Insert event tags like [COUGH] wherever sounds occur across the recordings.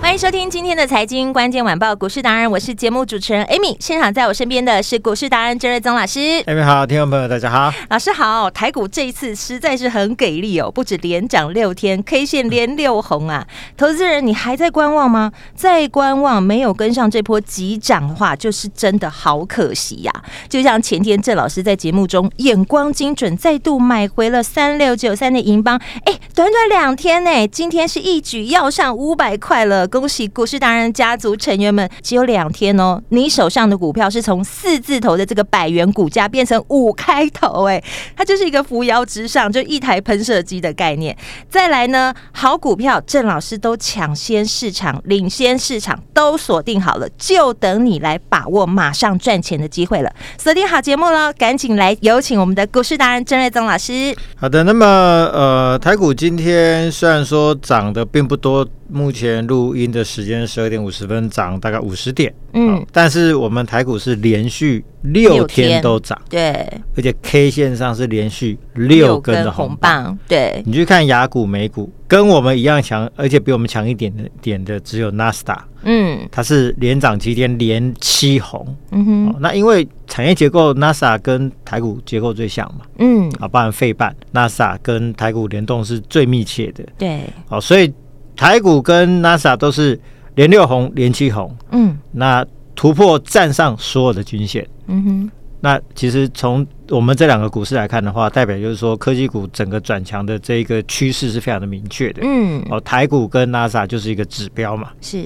欢迎收听今天的财经关键晚报股市达人，我是节目主持人 Amy。现场在我身边的是股市达人郑瑞宗老师，各位哎好，听众朋友大家好。老师好。台股这一次实在是很给力哦，不止连涨六天，K 线连六红啊！投资人，你还在观望吗？再观望没有跟上这波急涨的话，就是真的好可惜呀、就像前天郑老师在节目中眼光精准，再度买回了三六九三的银邦，哎，短短两天呢，今天是一举要上五百块了，恭喜股市达人家族成员们！只有两天哦，你手上的股票是从四字头的这个百元股价变成五开头，哎，它就是一个扶摇直上，就一台喷射机的概念。再来呢，好股票郑老师都抢先市场、领先市场都锁定好了，就等你来把握马上赚钱的机会了。锁定好节目了，赶紧来有请我们的股市达人郑瑞宗老师。好的，那么呃，台股今天虽然说涨的并不多，目前录音的时间十二点五十分，涨大概五十点，嗯啊但是我们台股是连续六六天天都涨，对，而且 K 线上是连续六根的红棒。，对，你去看雅股、美股，跟我们一样强，而且比我们强一点的点的只有纳斯达，嗯它是连涨七天，连七红。嗯哼，哦，那因为产业结构 NASA 跟台股结构最像嘛，嗯，啊，包含费半 NASA 跟台股联动是最密切的，对，哦，所以台股跟 NASA 都是连六红、连七红，嗯那突破站上所有的均线。嗯哼，那其实从我们这两个股市来看的话，代表就是说科技股整个转强的这一个趋势是非常的明确的。嗯哦，台股跟 NASA 就是一个指标嘛。是，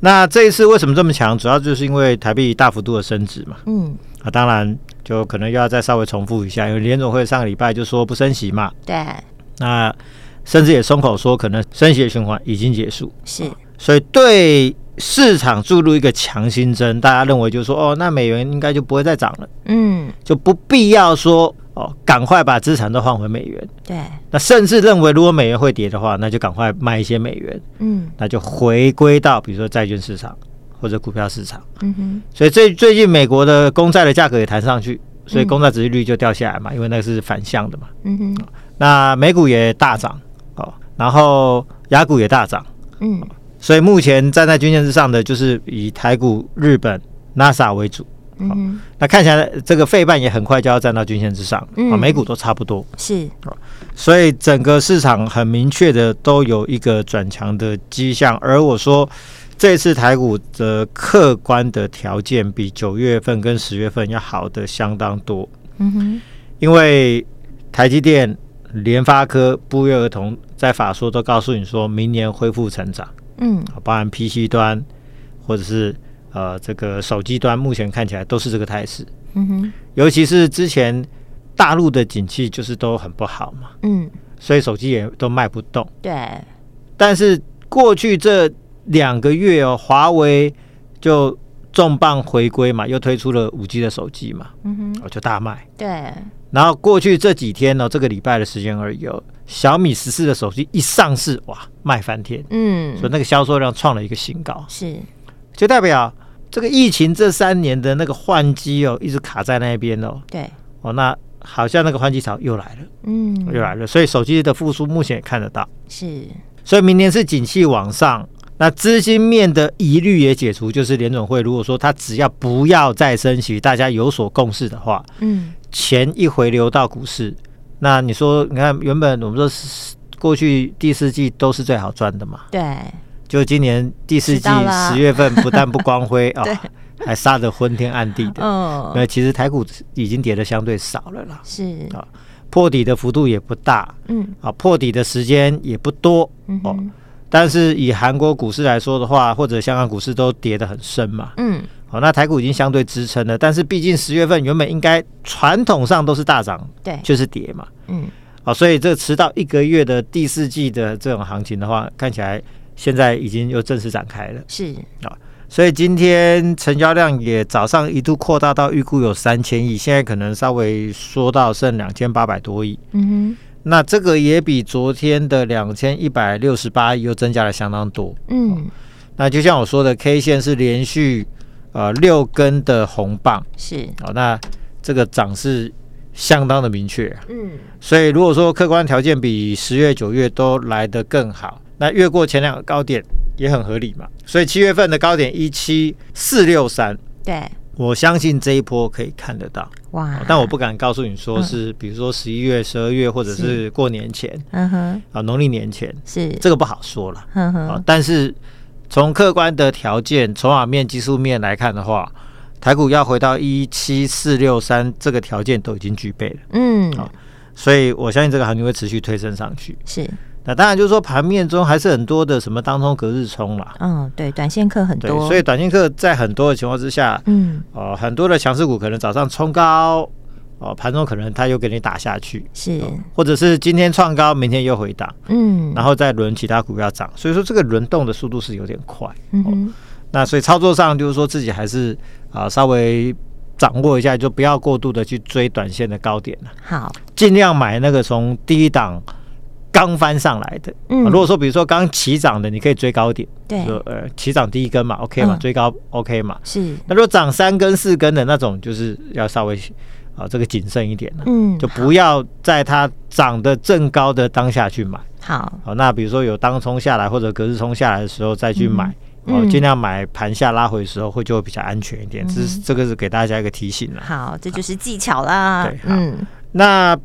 那这一次为什么这么强？主要就是因为台币大幅度的升值嘛。嗯啊，当然就可能又要再稍微重复一下，因为联总会上个礼拜就说不升息嘛，对，那甚至也松口说可能升息的循环已经结束，是，所以对市场注入一个强心针，大家认为就是说哦，那美元应该就不会再涨了，嗯就不必要说哦，赶快把资产都换回美元。对，那甚至认为，如果美元会跌的话，那就赶快卖一些美元，嗯那就回归到比如说债券市场或者股票市场。嗯哼，所以最最近美国的公债的价格也弹上去，所以公债殖利率就掉下来嘛，因为那个是反向的嘛。嗯哼，那美股也大涨哦，然后雅股也大涨，嗯所以目前站在均线之上的就是以台股、日本、NASA 为主。嗯哼，那看起来这个费半也很快就要站到均线之上，啊、嗯美股都差不多，是，所以整个市场很明确的都有一个转强的迹象。而我说，这次台股的客观的条件比九月份跟十月份要好的相当多，嗯哼，因为台积电、联发科不约而同在法说都告诉你说明年恢复成长，嗯啊包含 PC 端或者是呃这个手机端，目前看起来都是这个态势。嗯哼，尤其是之前大陆的景气就是都很不好嘛。嗯所以手机也都卖不动。对，但是过去这两个月哦，华为就重磅回归嘛，又推出了五 G 的手机嘛，嗯哼，哦就大卖。对，然后过去这几天呢、哦，这个礼拜的时间而已哦，小米十四的手机一上市，哇，卖翻天，嗯所以那个销售量创了一个新高，是，就代表这个疫情这三年的那个换机哦，一直卡在那边哦，对，哦那好像那个换机潮又来了，嗯又来了，所以手机的复苏目前也看得到。是，所以明年是景气往上，那资金面的疑虑也解除，就是联总会如果说它只要不要再升息，大家有所共识的话，嗯钱一回流到股市，那你说，你看原本我们说是过去第四季都是最好赚的嘛，对，就今年第四知季道啦十月份不但不 [LAUGHS] 光辉啊对，还杀得昏天暗地的。嗯那其实台股已经跌得相对少了啦，是，破底的幅度也不大嗯啊，破底的时间也不多嗯哦。哼，但是以韩国股市来说的话，或者香港股市都跌得很深嘛。嗯，好，那台股已经相对支撑了，但是毕竟十月份原本应该传统上都是大涨，对，就是跌嘛。嗯，好，啊所以这迟到一个月的第四季的这种行情的话，看起来现在已经又正式展开了。是，所以今天成交量也早上一度扩大到预估有三千亿，现在可能稍微缩到剩两千八百多亿。嗯那这个也比昨天的两千一百六十八亿又增加了相当多。哼，嗯，那就像我说的，K 线是连续呃六根的红棒，是，好、那这个涨势相当的明确。嗯，所以如果说客观条件比十月、九月都来得更好，那越过前两个高点也很合理嘛。所以七月份的高点一七四六三，对，嗯我相信这一波可以看得到，哇，但我不，敢告诉你说是，比如说十一月、十二月，或者是过年前嗯哼，啊，农历年前，是，嗯这个不好说了哼啊哼，。但是从客观的条件、筹码面、技术面来看的话，台股要回到一七四六三这个条件都已经具备了，嗯，好所以我相信这个行情会持续推升上去。是，那当然就是说，盘面中还是很多的什么当冲、隔日冲啦，嗯，对，短线客很对，多，所以，短线客在很多的情况之下，嗯，哦，很多的强势股可能早上冲高，哦，盘中可能它又给你打下去，哦是，或者是今天创高，明天又回档，嗯，然后再轮其他股票涨，所以说这个轮动的速度是有点快。嗯哼，那所以操作上就是说自己还是啊、稍微掌握一下，就不要过度的去追短线的高点了，好，啊尽量买那个从低档刚翻上来的。嗯啊如果说比如说刚起涨的，你可以追高点，对，就呃起涨第一根嘛，OK 嘛，嗯追高 OK 嘛。是，那如果涨三根四根的那种，就是要稍微啊、这个谨慎一点了、嗯，就不要在它涨得正高的当下去买。好，好、那比如说有当冲下来或者隔日冲下来的时候再去买。嗯哦，尽量买盘下拉回的时候会就会比较安全一点，这嗯是这个是给大家一个提醒啦。好，这就是技巧啦对，好嗯，那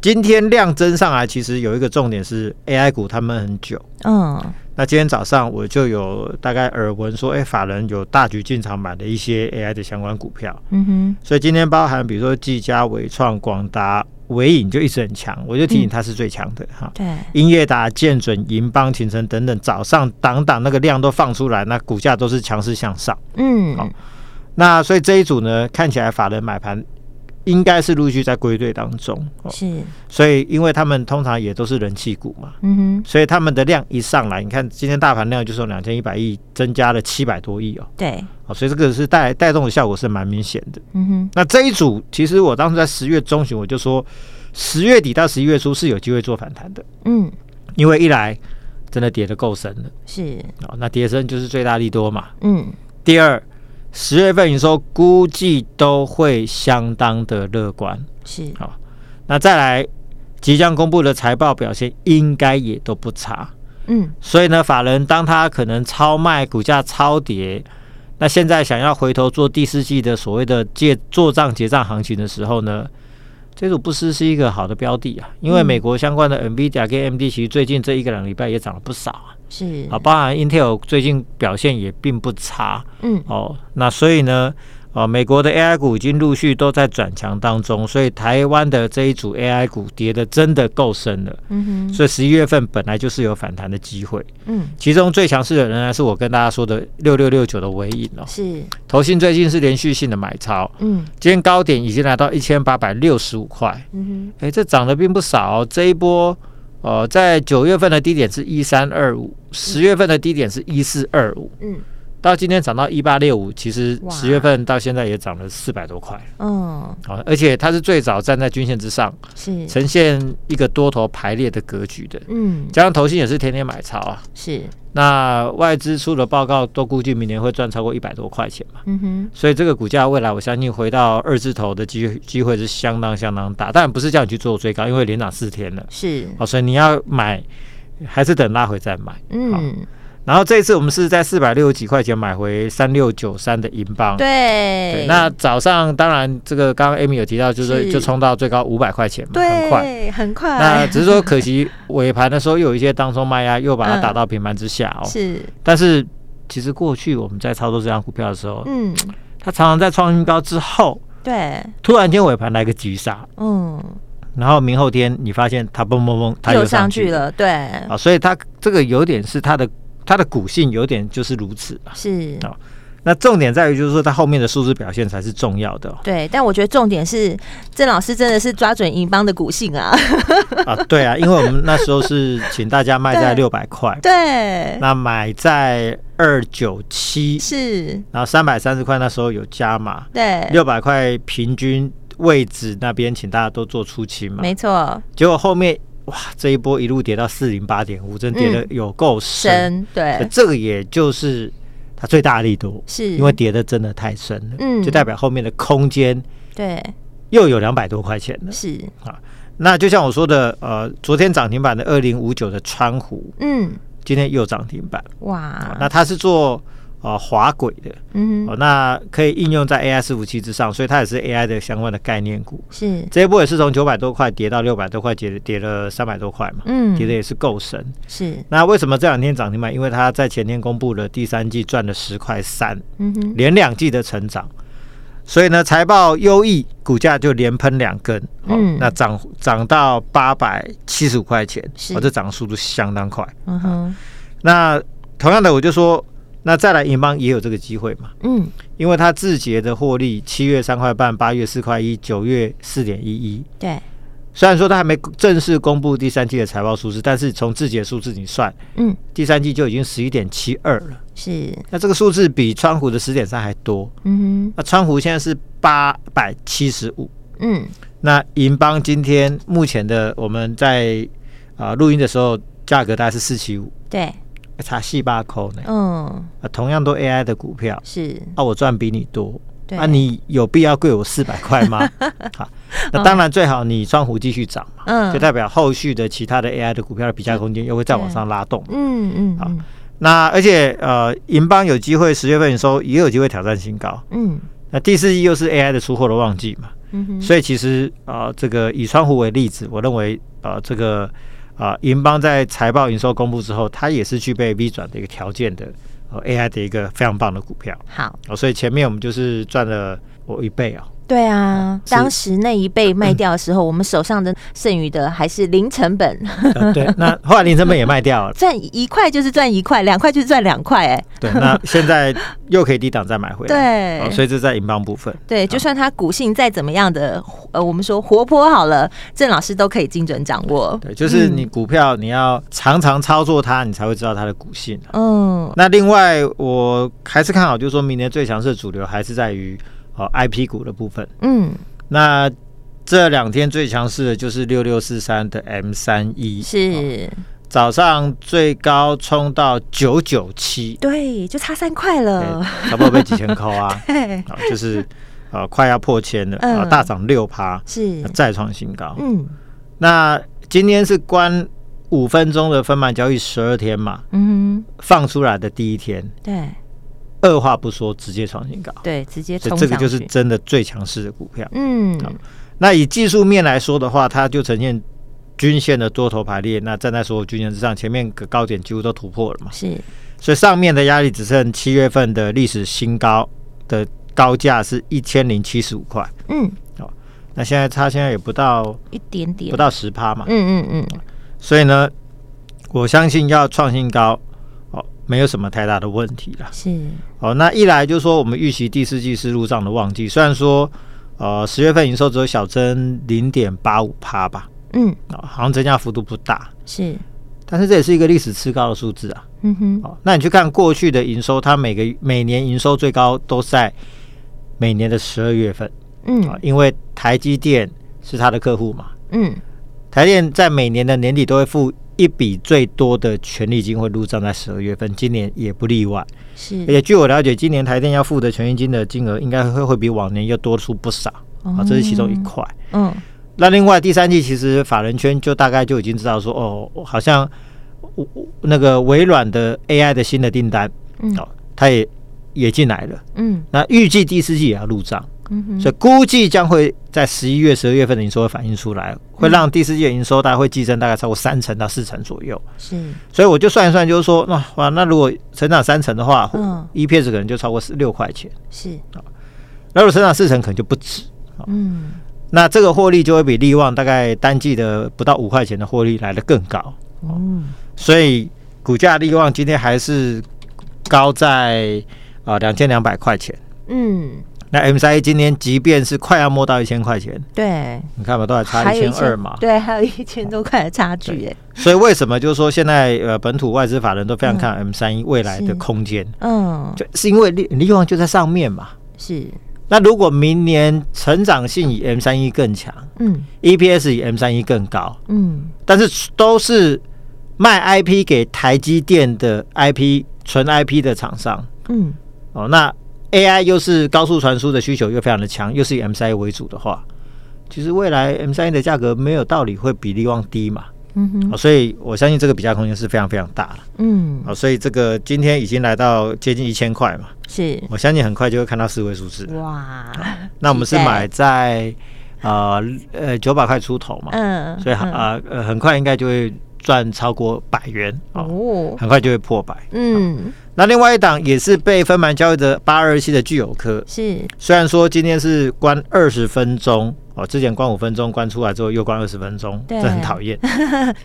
今天量增上来，其实有一个重点是 AI 股他们很久，嗯，那今天早上我就有大概耳闻说，哎、法人有大举进场买了一些 AI 的相关股票，嗯哼，所以今天包含比如说技嘉、伟创、广达、伟影就一直很强，我就提醒它是最强的、哈。对，英业达、建准、银邦、秦城等等，早上档档那个量都放出来，那股价都是强势向上。嗯，好那所以这一组呢，看起来法人买盘应该是陆续在归队当中、哦，是，所以因为他们通常也都是人气股嘛，嗯哼，所以他们的量一上来，你看今天大盘量就从两千一百亿增加了七百多亿哦，对，哦，所以这个是带带动的效果是蛮明显的。嗯哼，那这一组其实我当时在十月中旬我就说，十月底到十一月初是有机会做反弹的，嗯，因为一来真的跌得够深了是，哦，那跌深就是最大利多嘛。嗯，第二，十月份营收估计都会相当的乐观。是，那再来，即将公布的财报表现应该也都不差。嗯，所以呢，法人当他可能超卖股价超跌，那现在想要回头做第四季的所谓的借做账结账行情的时候呢，这组不失是一个好的标的啊，因为美国相关的 NVIDIA 跟 MD 其实最近这一个两礼拜也涨了不少啊，是啊，，包含 Intel 最近表现也并不差嗯，哦，那所以呢。哦，美国的 AI 股已经陆续都在转强当中，所以台湾的这一组 AI 股跌的真的够深了，嗯哼，所以十一月份本来就是有反弹的机会。嗯，其中最强势的仍然是我跟大家说的六六六九的尾影哦。是，投信最近是连续性的买超，嗯，今天高点已经来到一千八百六十五块，嗯哎，这涨得并不少、哦。这一波，呃，在九月份的低点是一三二五，十月份的低点是一四二五，哼，嗯，到今天涨到一八六五，其实哇十月份到现在也涨了四百多块，嗯，好、而且它是最早站在均线之上，是，呈现一个多头排列的格局的，嗯，加上投信也是天天买超啊。是，那外资出的报告都估计明年会赚超过一百多块钱嘛，嗯哼，所以这个股价未来我相信回到二字头的机机会是相当相当大，当然不是叫你去做追高，因为连涨四天了，是，好、所以你要买还是等拉回再买。嗯，然后这一次我们是在四百六十几块钱买回三六九三的银邦。对对，那早上当然，这个刚刚 Amy 有提到，就是说是就冲到最高五百块钱嘛，很快。对，哎很快，那只是说可惜尾盘的时候又有一些当冲卖压，又把它打嗯到平盘之下哦。是，但是其实过去我们在操作这张股票的时候，嗯，它常常在创新高之后，对，突然间尾盘来个急杀，嗯，然后明后天你发现它蹦蹦蹦，它又又上上去去了，对，啊，所以它这个有点是它的它的股性有点就是如此啊。是，啊那重点在于就是说它后面的数字表现才是重要的哦对。但我觉得重点是郑老师真的是抓准银邦的股性啊， [LAUGHS] 啊，对啊，因为我们那时候是请大家卖对在六百块，对，那买在二九七，是，然后三百三十块那时候有加码，对，六百块平均位置那边请大家都做出清嘛，没错，结果后面哇这一波一路跌到四零八点五，真跌嗯的有够深，深，可对，这个也就是它最大的力度，是因为跌的真的太深了，嗯就代表后面的空间对，又有两百多块钱了。是，那就像我说的，呃，昨天涨停板的二零五九的川湖，嗯，今天又涨停板。哦哇，那它是做呃滑轨的，啊嗯哼，哦，那可以应用在 AI 伺服器之上，所以它也是 AI 的相关的概念股。是，这一波也是从九百多块跌到六百多块，跌跌了三百多块嘛，嗯跌的也是够深。是，那为什么这两天涨停板？因为它在前天公布了第三季赚了十块三，嗯哼，连两季的成长，所以呢财报优异，股价就连喷两根，哦嗯那涨涨到八百七十五块钱，是哦，这涨速度相当快。嗯哼，那同样的，我就说，那再来银邦也有这个机会嘛，嗯，因为它字节的获利，七月三块半，八月四块一，九月四点一一。对，虽然说它还没正式公布第三季的财报数字，但是从字节数字你算，嗯，第三季就已经十一点七二了。是，那这个数字比川湖的十点三还多。嗯那川湖现在是八百七十五，哼，嗯，那银邦今天目前的我们在啊录、音的时候价格大概是四七五，对，差细八扣呢、嗯，啊。同样都 AI 的股票，是，啊，我赚比你多，对，啊，你有必要贵我四百块吗？好，那当然最好你川湖继续涨嘛，嗯就代表后续的其他的 AI 的股票的比价空间又会再往上拉动嘛。嗯嗯好嗯那而且呃，银邦有机会十月份营收也有机会挑战新高。嗯那第四季又是 AI 的出货的旺季嘛，嗯哼，所以其实呃，这个以川湖为例子，我认为呃，这个啊，呃银、邦在财报营收公布之后，它也是具备 V 转的一个条件的、呃、AI 的一个非常棒的股票。好，哦，所以前面我们就是赚了我一 [LAUGHS] 倍哦，对啊，是当时那一倍卖掉的时候，我们手上的剩余的还是零成本， [LAUGHS] 呃对，那后来零成本也卖掉了，赚一块就是赚一块，两块就是赚两块，哎，对，那现在又可以低档再买回来，对哦，所以这在银邦部分，对，就算它股性再怎么样的，呃，我们说活泼好了，郑老师都可以精准掌握，对，就是嗯你股票你要常常操作它，你才会知道它的股性、啊。嗯，那另外，我还是看好，就是说明年最强势的主流还是在于哦 IP 股的部分。嗯，那这两天最强势的就是六六四三的 M 三一，是早上最高冲到九九七，对，就差三块了，对差不多被几千扣啊。 [LAUGHS] 嘿，啊，就是呃快要破千了，啊、嗯大涨六趴， [LAUGHS] 是啊，再创新高。嗯那今天是关五分钟的分盘交易十二天嘛，嗯放出来的第一天，哼，对二话不说直接创新高，对，直接所冲以上这去，个就是真的最强势的股票。嗯，那以技术面来说的话，它就呈现。均线的多头排列，那站在所有均线之上，前面个高点几乎都突破了嘛，是所以上面的压力只剩七月份的历史新高的高价是一千零七十五块，嗯那现在它现在也不到一点点不，到十趴嘛，嗯嗯嗯。所以呢，我相信要创新高哦，没有什么太大的问题啦。是，哦，那一来就是说我们预期第四季是入账的旺季，虽然说呃十月份营收只有小增零点八五趴吧，嗯，哦，好像增加幅度不大，是，但是这也是一个历史次高的数字啊。嗯哼，哦，那你去看过去的营收，它每个每年营收最高都在每年的十二月份啊、哦嗯因为台积电是它的客户嘛，嗯，台电在每年的年底都会付一笔最多的权利金，会入账在十二月份，今年也不例外。而是，且据我了解，今年台电要付的权利金的金额应该会会比往年又多出不少啊，这是其中一块。嗯，那另外第三季其实法人圈就大概就已经知道说，哦，好像我我那个微软的 AI 的新的订单，嗯哦，它也也进来了。嗯，那预计第四季也要入账，嗯哼，所以估计将会在十一月、十二月份的营收会反映出来，会让第四季的营收大概会激增大概超过三成到四成左右。是，所以我就算一算，就是说，那、哇，那如果成长三成的话，E 嗯 EPS 可能就超过六块钱；是，那如果成长四成，可能就不止。嗯，那这个获利就会比利旺大概单季的不到五块钱的获利来得更高，嗯，所以股价利旺今天还是高在啊两千两百块钱。嗯，那 MSI 今天即便是快要摸到一千块钱，对，你看嘛，都还差一千二嘛。对，还有一千多块的差距，哎，所以为什么就是说现在呃本土外资法人都非常看 M 三一未来的空间，嗯，就是因为利利用就在上面嘛。是，那如果明年成长性以 M 三一更强嗯，EPS 以 M 三一更高，嗯，但是都是卖 IP 给台积电的 IP 纯 IP 的厂商嗯，哦，那 AI 又是高速传输的需求又非常的强，又是以 M 三一为主的话，其实未来 M 三一的价格没有道理会比利旺低嘛、嗯哼，哦，所以我相信这个比价空间是非常非常大的。嗯，好，所以这个今天已经来到接近一千块嘛，是，我相信很快就会看到四位数字。哇，那我们是嗯期待买在呃呃九百块出头嘛，嗯，所以啊、呃很快应该就会赚超过百元嗯，哦，哦，很快就会破百。嗯，那另外一档也是被分盘交易的八二七的聚友科，是，虽然说今天是关二十分钟哦，之前关五分钟，关出来之后又关二十分钟，对这很 [LAUGHS] 讨厌。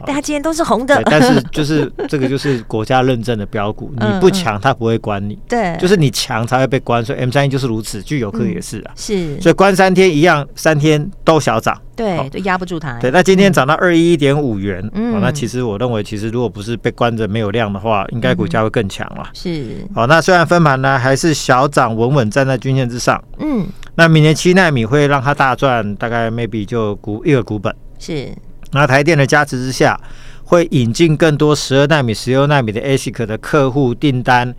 大家今天都是红对的，，但是就是这个就是国家认证的 [LAUGHS] 标股，你嗯不嗯强它不会关你。对，就是你强才会被关，所以 M 三一就是如此，具有科也是啊。嗯是，所以关三天一样，三天都小涨。对，好就压不住它，对，那今天涨到二一点五元、哎嗯哦，那其实我认为，其实如果不是被关着没有量的话，应该股价会更强了。是，好、那虽然分盘呢还是小涨，稳稳站在均线之上。嗯，那明年七纳米会让它大赚，大概 maybe 就股一个股本。是，那台电的加持之下，会引进更多十二纳米、十六纳米的 ASIC 的客户订单，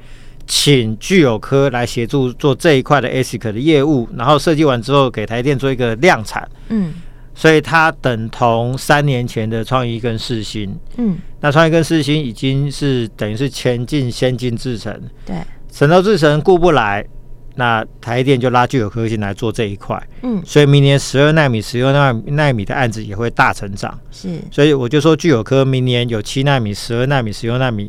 请具有科来协助做这一块的 ASIC 的业务，然后设计完之后给台电做一个量产，嗯所以它等同三年前的创意跟世新。嗯，那创意跟世新已经是等于是前进先进制程，对，神州制程顾不来。那台电就拉具有科进来做这一块，嗯，所以明年十二纳米、十六纳纳米的案子也会大成长。是，所以我就说聚友科明年有七纳米、十二纳米、十六纳米，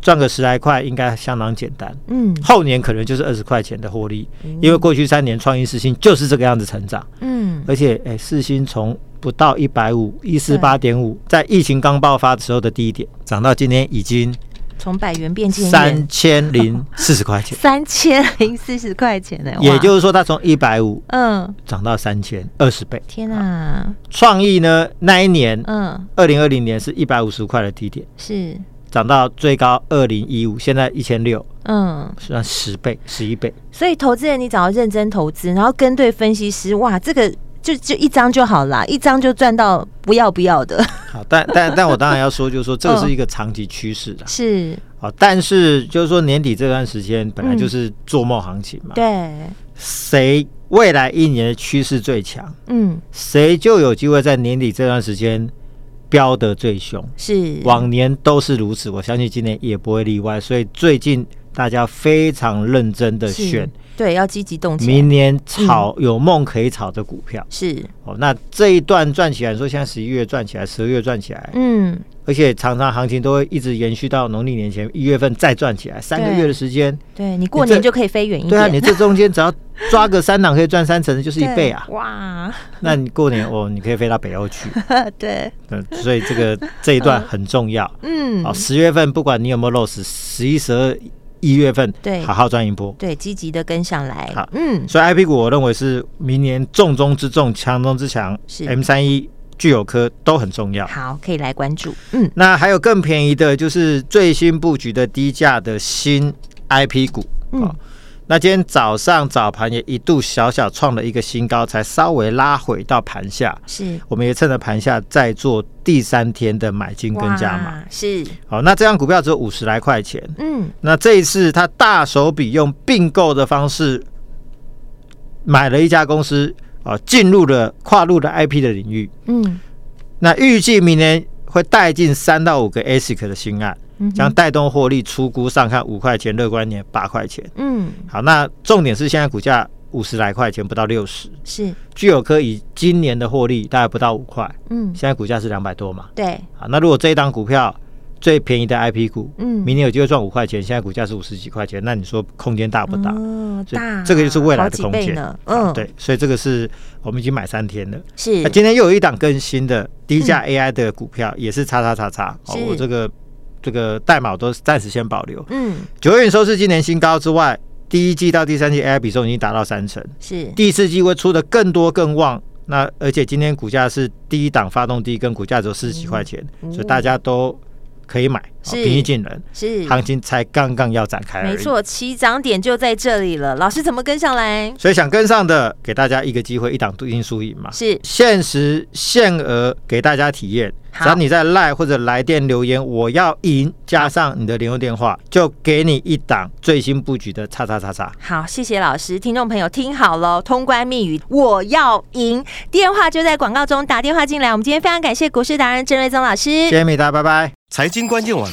赚个十来块应该相当简单。嗯后年可能就是二十块钱的获利，因为过去三年创意四星就是这个样子成长，嗯，而且诶四星从不到一百五一四八点五，在疫情刚爆发的时候的低点，涨到今天已经从百元变千元三。千零四十块钱，三千零四十块钱呢、 [LAUGHS] 哇也就是说它从一百五嗯，涨到三千二十倍。天啊，创意呢那一年嗯，二零二零年是一百五十块的低点。是，涨到最高二零一五，现在一千六，嗯，算十倍、十一倍。所以投资人你只要认真投资，然后跟对分析师，哇，这个就就一张就好啦，一张就赚到不要不要的，好，但但但我当然要说，就是说这个是一个长期趋势 [LAUGHS] 的。[LAUGHS] 是好，但是就是说年底这段时间本来就是做梦行情嘛，对，谁未来一年的趋势最强，嗯，谁就有机会在年底这段时间飙得最凶。是，往年都是如此，我相信今年也不会例外。所以最近大家非常认真的是嗯选对，要积极动起来，明年炒有梦可以炒的股票。是，哦，那这一段赚起来，你说现在十一月赚起来，十二月赚起来，嗯，而且常常行情都会一直延续到农历年前一月份再赚起来，三个对嗯月的时间。对你过你这年就可以飞远一点，对啊，你这中间只要抓个三档可以赚三成，就是一倍 [LAUGHS] 啊对。哇，那你过年哦，你可以飞到北欧去。对，嗯，所以这个这一段很重要。嗯哦，，十月份不管你有没有落实，十一、十二、一月份对好好赚一波。对，积极的跟上来好，嗯，所以 I P 股我认为是明年重中之重、强中之强是，M 三一、具有科都很重要。好，可以来关注，嗯，那还有更便宜的，就是最新布局的低价的新 IP 股。嗯哦那今天早上早盘也一度小小创了一个新高，才稍微拉回到盘下。是。我们也趁着盘下再做第三天的买进跟加码。哇是，好，那这张股票只有五十来块钱。嗯，那这一次他大手笔用并购的方式买了一家公司，啊，进入了跨入了 IP 的领域。嗯，那预计明年会带进三到五个 ASIC 的新案，嗯将带动获利出估上看五块钱，乐观一点八块钱。嗯，好，那重点是现在股价五十来块钱，不到六十。是，具有科以今年的获利大概不到五块，嗯，现在股价是两百多嘛。对，好，那如果这一档股票最便宜的 IP 股，嗯明年有机会赚五块钱，现在股价是五十几块钱，那你说空间大不大？嗯，所以大，这个就是未来好的几空倍间啊呢。嗯，，对，所以这个是我们已经买三天了。是嗯那今天又有一档更新的低价 AI 的股票，也是叉叉叉叉，哦是，我这个这个代码我都暂时先保留。嗯，九月营收是今年新高之外，第一季到第三季 AI 比重已经达到三成，是第四季会出的更多更旺。那而且今天股价是第一档发动第一根，股价只有四十几块钱，所以大家都可以买，哦嗯是平易近人，是，行情才刚刚要展开而没已。错，起涨点就在这里了。老师怎么跟上来？所以想跟上的，给大家一个机会，一档一定输赢嘛。是限时限额给大家体验，好只要你在赖或者来电留言“我要赢”，加上你的联络电话，就给你一档最新布局的叉叉叉叉。好，谢谢老师。听众朋友听好了，通关密语，我要赢。电话就在广告中，打电话进来。我们今天非常感谢股市达人郑瑞宗老师，谢谢米达，拜拜。财经关键晚